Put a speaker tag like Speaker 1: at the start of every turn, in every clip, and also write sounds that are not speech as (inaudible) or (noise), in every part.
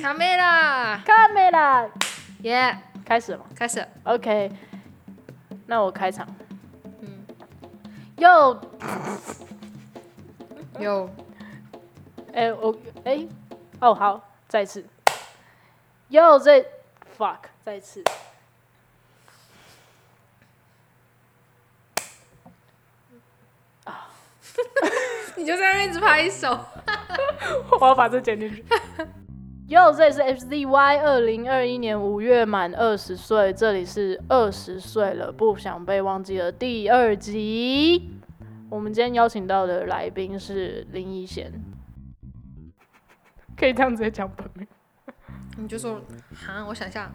Speaker 1: 卡梅拉，
Speaker 2: 看没啦？
Speaker 1: 耶，
Speaker 2: 开始了吗
Speaker 1: 开始。
Speaker 2: ？OK，那我开场。
Speaker 1: 嗯，
Speaker 2: 又
Speaker 1: 有
Speaker 2: 哎、我哎、哦好，再一次。又这 fuck 再一次。
Speaker 1: 你就在那边一直拍手。
Speaker 2: (laughs) 我要把这剪进去。Yo，这里是 FZY，二零二一年五月满二十岁，这里是二十岁了，不想被忘记的第二集。我们今天邀请到的来宾是林依贤，可以这样直接讲本名。
Speaker 1: 你就说，哈，我想一下。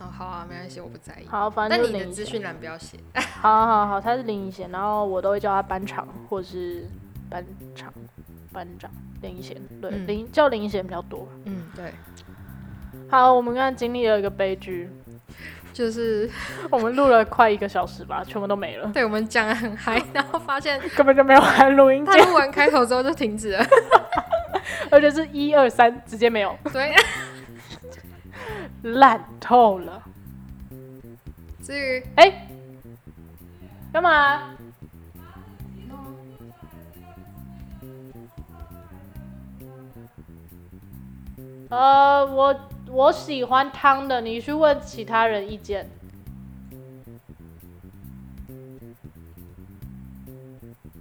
Speaker 1: 哦，好啊，没关系，我不在意。
Speaker 2: 好，反
Speaker 1: 但
Speaker 2: 正就
Speaker 1: 你
Speaker 2: 是
Speaker 1: 的
Speaker 2: 林依
Speaker 1: 资
Speaker 2: 贤。
Speaker 1: 讯栏不要写。
Speaker 2: 好好好，他是林依贤，然后我都会叫他班长或是班长、班长林依贤，对，
Speaker 1: 嗯
Speaker 2: 林叫林依贤比较多。
Speaker 1: 嗯，对，
Speaker 2: 好，我们刚才经历了一个悲剧。
Speaker 1: 就是
Speaker 2: 我们录了快一个小时吧，全部都没了， (laughs)
Speaker 1: 对我们讲得很嗨，然后发现
Speaker 2: 根本就没有按录音
Speaker 1: 他
Speaker 2: 键，
Speaker 1: 录完开头之后就停止 (laughs) 了。
Speaker 2: 而且是一二三直接没有，
Speaker 1: 对，
Speaker 2: 烂透了。
Speaker 1: 至于
Speaker 2: 哎、干嘛？呃，我我喜欢汤的，你去问其他人意见。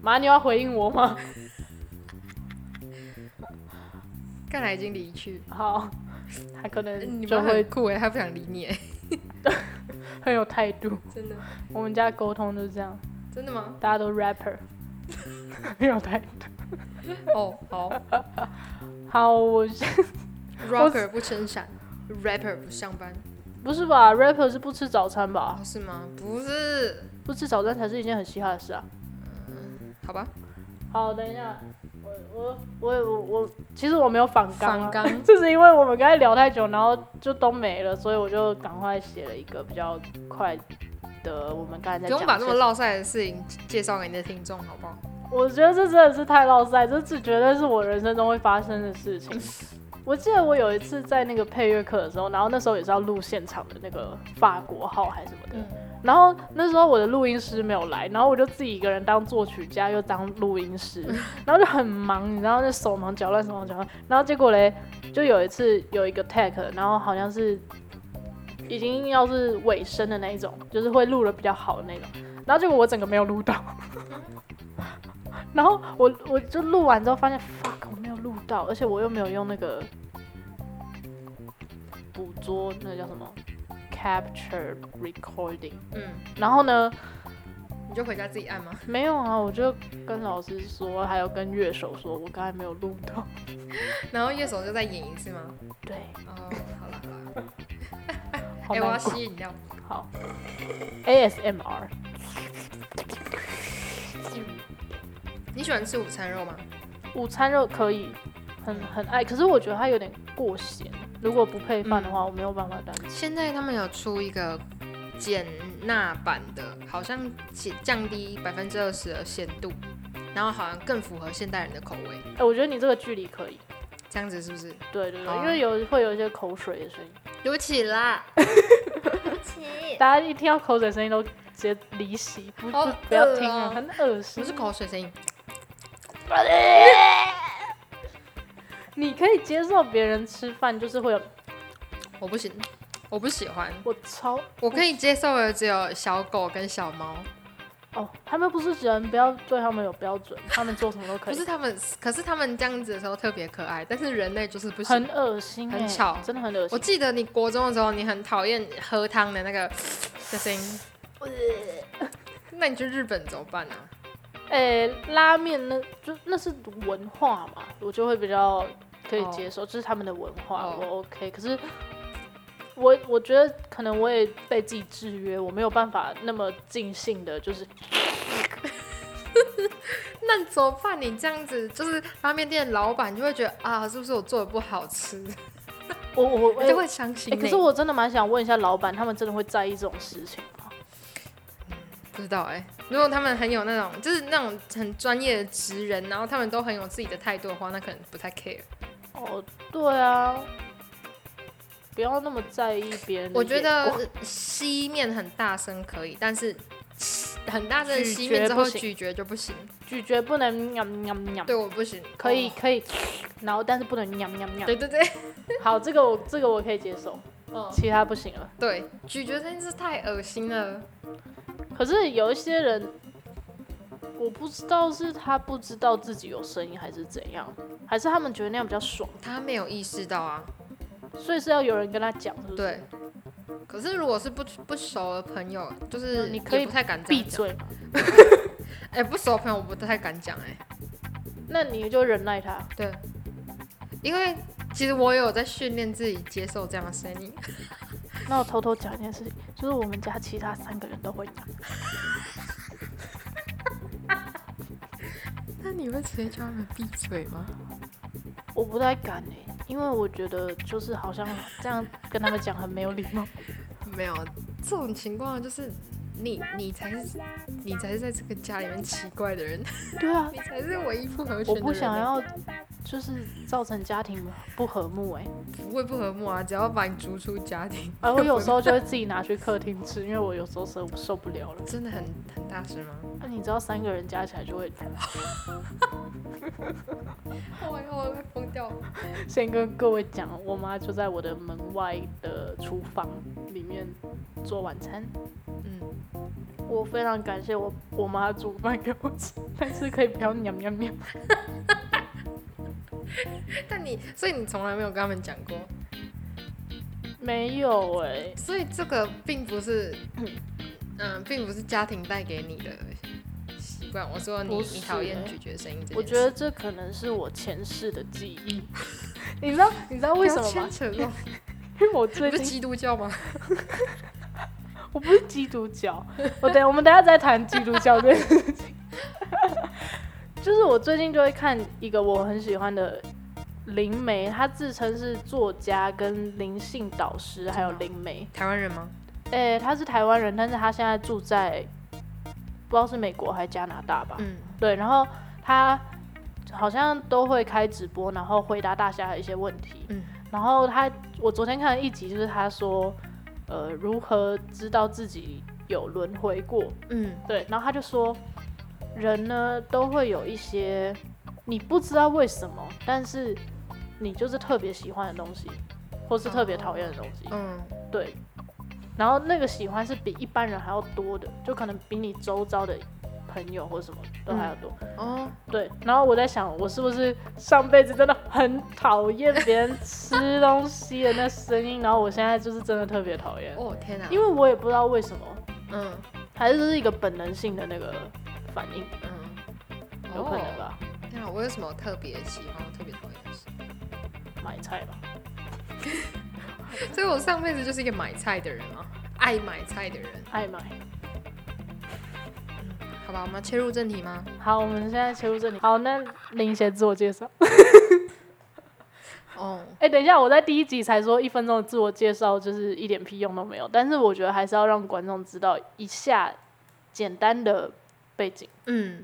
Speaker 2: 妈，你要回应我吗？ (laughs)
Speaker 1: 盖来已经离去，
Speaker 2: 好，他可能
Speaker 1: 呃你
Speaker 2: 就
Speaker 1: 们
Speaker 2: 会
Speaker 1: 很酷哎，他不想理你哎，
Speaker 2: 很有态度。
Speaker 1: 真的，
Speaker 2: 我们家沟通就是这样，
Speaker 1: 真的吗？
Speaker 2: 大家都 rapper，很有态度。
Speaker 1: 哦，好
Speaker 2: 好，我是
Speaker 1: ，rapper 不撑伞，rapper 不上班，
Speaker 2: 不是吧？rapper 是不吃早餐吧？
Speaker 1: 哦，是吗？不是，
Speaker 2: 不吃早餐才是一件很嘻哈的事啊。
Speaker 1: 好吧，
Speaker 2: 好，等一下，我我我我我，其实我没有反纲、啊，
Speaker 1: 反纲
Speaker 2: 就是因为我们刚才聊太久，然后就都没了，所以我就赶快写了一个比较快的。我们刚才在
Speaker 1: 不
Speaker 2: 讲
Speaker 1: 用把那么
Speaker 2: 些
Speaker 1: 落赛的事情介绍给你的听众，好不好？
Speaker 2: 我觉得这真的是太落塞，这是绝对是我人生中会发生的
Speaker 1: (laughs)
Speaker 2: 事情。我记得我有一次在那个配乐课的时候，然后那时候也是要录现场的那个法国号还是什么的，
Speaker 1: 嗯
Speaker 2: 然后那时候我的录音师没有来，然后我就自己一个人当作曲家又当录音师，然后就很忙，你知道，就手忙脚乱，手忙脚乱。然后结果嘞，就有一次有一个 tag，然后好像是已经要是尾声的那一种，就是会录的比较好的那种，然后结果我整个没有录到。然后我我就录完之后发现，fuck，我没有录到，而且我又没有用那个捕捉，那个叫什么 capture recording。
Speaker 1: 嗯，
Speaker 2: 然后呢，
Speaker 1: 你就回家自己按吗？
Speaker 2: 没有啊，我就跟老师说，还有跟乐手说，我刚才没有录
Speaker 1: (laughs)
Speaker 2: 到。
Speaker 1: (laughs) 然后乐手就再演一次吗？
Speaker 2: 对，
Speaker 1: 哦，好啦好啦，
Speaker 2: 好
Speaker 1: 哎、我要
Speaker 2: 难过。
Speaker 1: 吸饮料。
Speaker 2: 好，ASMR，
Speaker 1: 你喜欢吃午餐肉吗？
Speaker 2: 午餐肉可以，很很爱，可是我觉得它有点过咸，如果不配饭的
Speaker 1: 嗯
Speaker 2: 话，我没有办法单吃。
Speaker 1: 现在他们有出一个减钠版的，好像减降低百分之二十的咸度，然后好像更符合现代人的口味，
Speaker 2: 哎、我觉得你这个距离可以。
Speaker 1: 这样子是不是？
Speaker 2: 对对
Speaker 1: 好
Speaker 2: 对，
Speaker 1: 啊
Speaker 2: 因为有会有一些口水的声音，
Speaker 1: 对不起啦，
Speaker 2: 大家一听到口水声音都直接离席，不
Speaker 1: 好
Speaker 2: 不不要
Speaker 1: 恶
Speaker 2: 听了，
Speaker 1: 哎哦
Speaker 2: 很恶
Speaker 1: 不
Speaker 2: 心
Speaker 1: 是。口水声音，
Speaker 2: 你可以接受别人吃饭就是会有，
Speaker 1: 我不行，我不喜欢。
Speaker 2: 我超
Speaker 1: 我可以接受的只有小狗跟小猫，
Speaker 2: 哦，他们不是人，不要对他们有标准，他们做什么都可
Speaker 1: 不
Speaker 2: 以
Speaker 1: 是。他们，可是他们这样子的时候特别可爱，但是人类就是不
Speaker 2: 很
Speaker 1: 行。
Speaker 2: 恶心、欸，
Speaker 1: 很吵
Speaker 2: 真的很恶
Speaker 1: 我
Speaker 2: 心。
Speaker 1: 记得你国中的时候，你很讨厌喝汤的那个 (sniffs) 的声音，
Speaker 2: 呃
Speaker 1: 那你去日本怎么办啊呢、
Speaker 2: 诶、欸拉面那就那是文化嘛，我就会比较可以
Speaker 1: 哦
Speaker 2: 接受，这、是他们的文化，
Speaker 1: 哦
Speaker 2: 我 OK。可是我我觉得可能我也被自己制约，我没有办法那么尽兴的，就是
Speaker 1: 那怎么办？你这样子就是拉面店的老板就会觉得啊，是不是我做的不好吃，
Speaker 2: 我我我、
Speaker 1: 我就会伤
Speaker 2: 诶
Speaker 1: 心、欸
Speaker 2: 可是我真的蛮想问一下老板，他们真的会在意这种事情吗？
Speaker 1: 不知道哎、如果他们很有那种就是那种很专业的职人，然后他们都很有自己的态度的话，那可能不太 care。
Speaker 2: 哦，对啊，不要那么在意别人的
Speaker 1: 我觉
Speaker 2: 眼光
Speaker 1: 得吸面很大声可以，但是很大声的吸面
Speaker 2: 咀嚼
Speaker 1: 之后
Speaker 2: 不行
Speaker 1: 咀嚼就不行。
Speaker 2: 咀嚼不能喵喵喵，
Speaker 1: 对，我不行。
Speaker 2: 可以
Speaker 1: 哦
Speaker 2: 可以，然后但是不能喵喵喵
Speaker 1: 对。对对，
Speaker 2: 好，这个我这个我可以接受，
Speaker 1: 嗯，
Speaker 2: 其他不行了。
Speaker 1: 对，咀嚼真是太恶心了。
Speaker 2: 可是有一些人，我不知道是他不知道自己有声音还是怎样，还是他们觉得那样比较爽，
Speaker 1: 他没有意识到啊。
Speaker 2: 所以是要有人跟他讲，是不是？
Speaker 1: 对，可是如果是不不熟的朋友，就是
Speaker 2: 你可以
Speaker 1: 也不太敢这
Speaker 2: 闭
Speaker 1: 样讲。
Speaker 2: 嘴嘛。
Speaker 1: 哎、不熟的朋友我不太敢讲哎、
Speaker 2: 那你就忍耐他。
Speaker 1: 对，因为其实我也有在训练自己接受这样的声音。
Speaker 2: 那我偷偷讲一件事情，就是我们家其他三个人都会讲，
Speaker 1: 那你会直接叫他们闭嘴吗？
Speaker 2: 我不太敢哎、因为我觉得就是好像这样跟他们讲很没有礼貌。
Speaker 1: 没有，这种情况就是你你才是你才是在这个家里面奇怪的人，
Speaker 2: 对啊，
Speaker 1: 你才是唯一不合群的人。
Speaker 2: 我不想，要就是造成家庭不和睦哎、
Speaker 1: 不会不和睦啊，只要把你逐出家庭。 (laughs)
Speaker 2: 而啊我有时候就会自己拿去客厅吃，因为我有时候受受不了了。
Speaker 1: 真的很很大声吗？
Speaker 2: 那、你知道三个人加起来就会
Speaker 1: 我我会疯掉。
Speaker 2: 先跟各位讲，我妈就在我的门外的厨房里面做晚餐。
Speaker 1: 嗯，
Speaker 2: 我非常感谢我我妈煮饭给我吃，但是可以不要喵喵
Speaker 1: (laughs)
Speaker 2: 喵。
Speaker 1: 但你所以你从来没有跟他们讲过，
Speaker 2: 没有哎、
Speaker 1: 所以这个并不
Speaker 2: (coughs)
Speaker 1: 是，嗯、并不是家庭带给你的习惯。我说你
Speaker 2: 不是
Speaker 1: 你讨厌
Speaker 2: 欸
Speaker 1: 咀嚼声音这件事，
Speaker 2: 我觉得这可能是我前世的记忆。
Speaker 1: (laughs)
Speaker 2: 你知道你知道为什么
Speaker 1: 不要
Speaker 2: 吗
Speaker 1: 牵？扯这种，
Speaker 2: 因为我
Speaker 1: 你
Speaker 2: (laughs) 最
Speaker 1: 不是
Speaker 2: 近
Speaker 1: 基督教吗？
Speaker 2: (laughs) 我不是基督教，我等我们等一下再谈基督教这件事情。 (laughs) 就是我最近就会看一个我很喜欢的灵媒，她自称是作家、跟灵性导师，还有灵媒。
Speaker 1: 台湾人吗？
Speaker 2: 诶、她是台湾人，但是她现在住在不知道是美国还是加拿大吧？
Speaker 1: 嗯，
Speaker 2: 对，然后她好像都会开直播，然后回答大家的一些问题。
Speaker 1: 嗯
Speaker 2: 然后他，我昨天看了一集，就是他说，呃，如何知道自己有轮回过？
Speaker 1: 嗯
Speaker 2: 对，然后他就说，人呢都会有一些你不知道为什么，但是你就是特别喜欢的东西，或是特别讨厌的东西。
Speaker 1: 嗯
Speaker 2: 对，然后那个喜欢是比一般人还要多的，就可能比你周遭的朋友或什么都还要多。
Speaker 1: 哦，
Speaker 2: 对，然后我在想，我是不是上辈子真的很讨厌别人吃东西的那声音，然后我现在就是真的特别讨厌，
Speaker 1: 哦天哪，
Speaker 2: 因为我也不知道为什么，
Speaker 1: 嗯
Speaker 2: 还是是一个本能性的那个反应，
Speaker 1: 嗯，
Speaker 2: 有可能吧，
Speaker 1: 哦。天哪，我有什么特别喜欢、特别讨厌的事？ (laughs)
Speaker 2: 买菜吧。
Speaker 1: 所以我上辈子就是一个买菜的人啊，爱买菜的人。
Speaker 2: 爱买。
Speaker 1: 好吧，我们要切入正题吗？
Speaker 2: 好，我们现在切入这里。好，那林先自我介绍。
Speaker 1: 哦，
Speaker 2: 哎、等一下，我在第一集才说一分钟的自我介绍就是一点屁用都没有，但是我觉得还是要让观众知道一下简单的背景。
Speaker 1: 嗯，